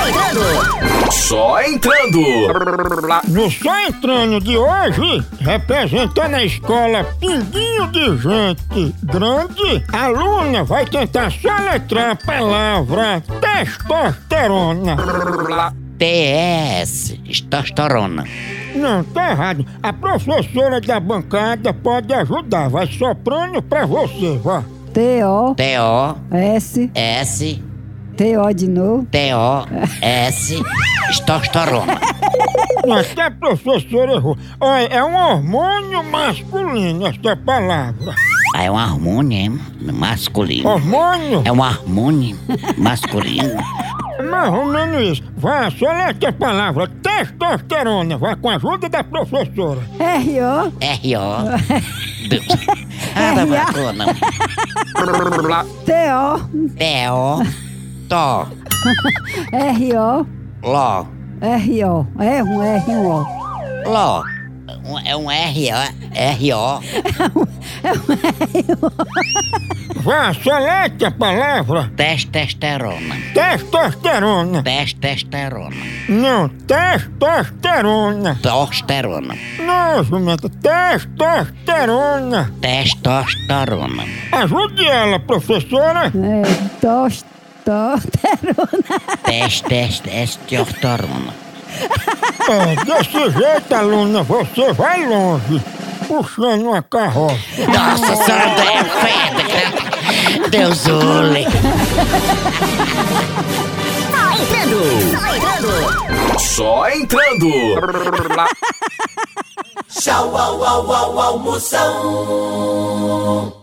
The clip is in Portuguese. entrando! Só entrando! No Só Entrando de hoje, representando a escola Pinguinho de Gente Grande, a aluna vai tentar soletrar a palavra testosterona. TS, testosterona. Não, tá errado. A professora da bancada pode ajudar. Vai soprando pra você, vá. T-O, TO, S, S, T-O de novo. TO, S, testosterona. Não, Até a professora errou. Olha, é um hormônio masculino essa palavra. Ah, é um harmônio, hein? Masculino. Hormônio? É um harmônio masculino. Mais ou menos isso. Vá, soleta a palavra testosterona. Vá com a ajuda da professora. R-O, R.O. Du- Ah, não vai pôr, não. T-O, T.O. Tó. R-O, Ló. R-O. É um R, um O. Ló. Um- É um R.O. R.O. Vá, soleta a palavra Testosterona. testosterona. Testosterona. Não, testosterona. Tosterona. Não, jumenta, testosterona. Testosterona. Ajude ela, professora. É, tos, tos, Testosterona. É, desse jeito, aluna, você vai longe. Puxando uma carroça. Nossa senhora, é feda, Deus olhe. Só entrando! Só entrando! Só entrando! Tchau, au, au, au, almoção.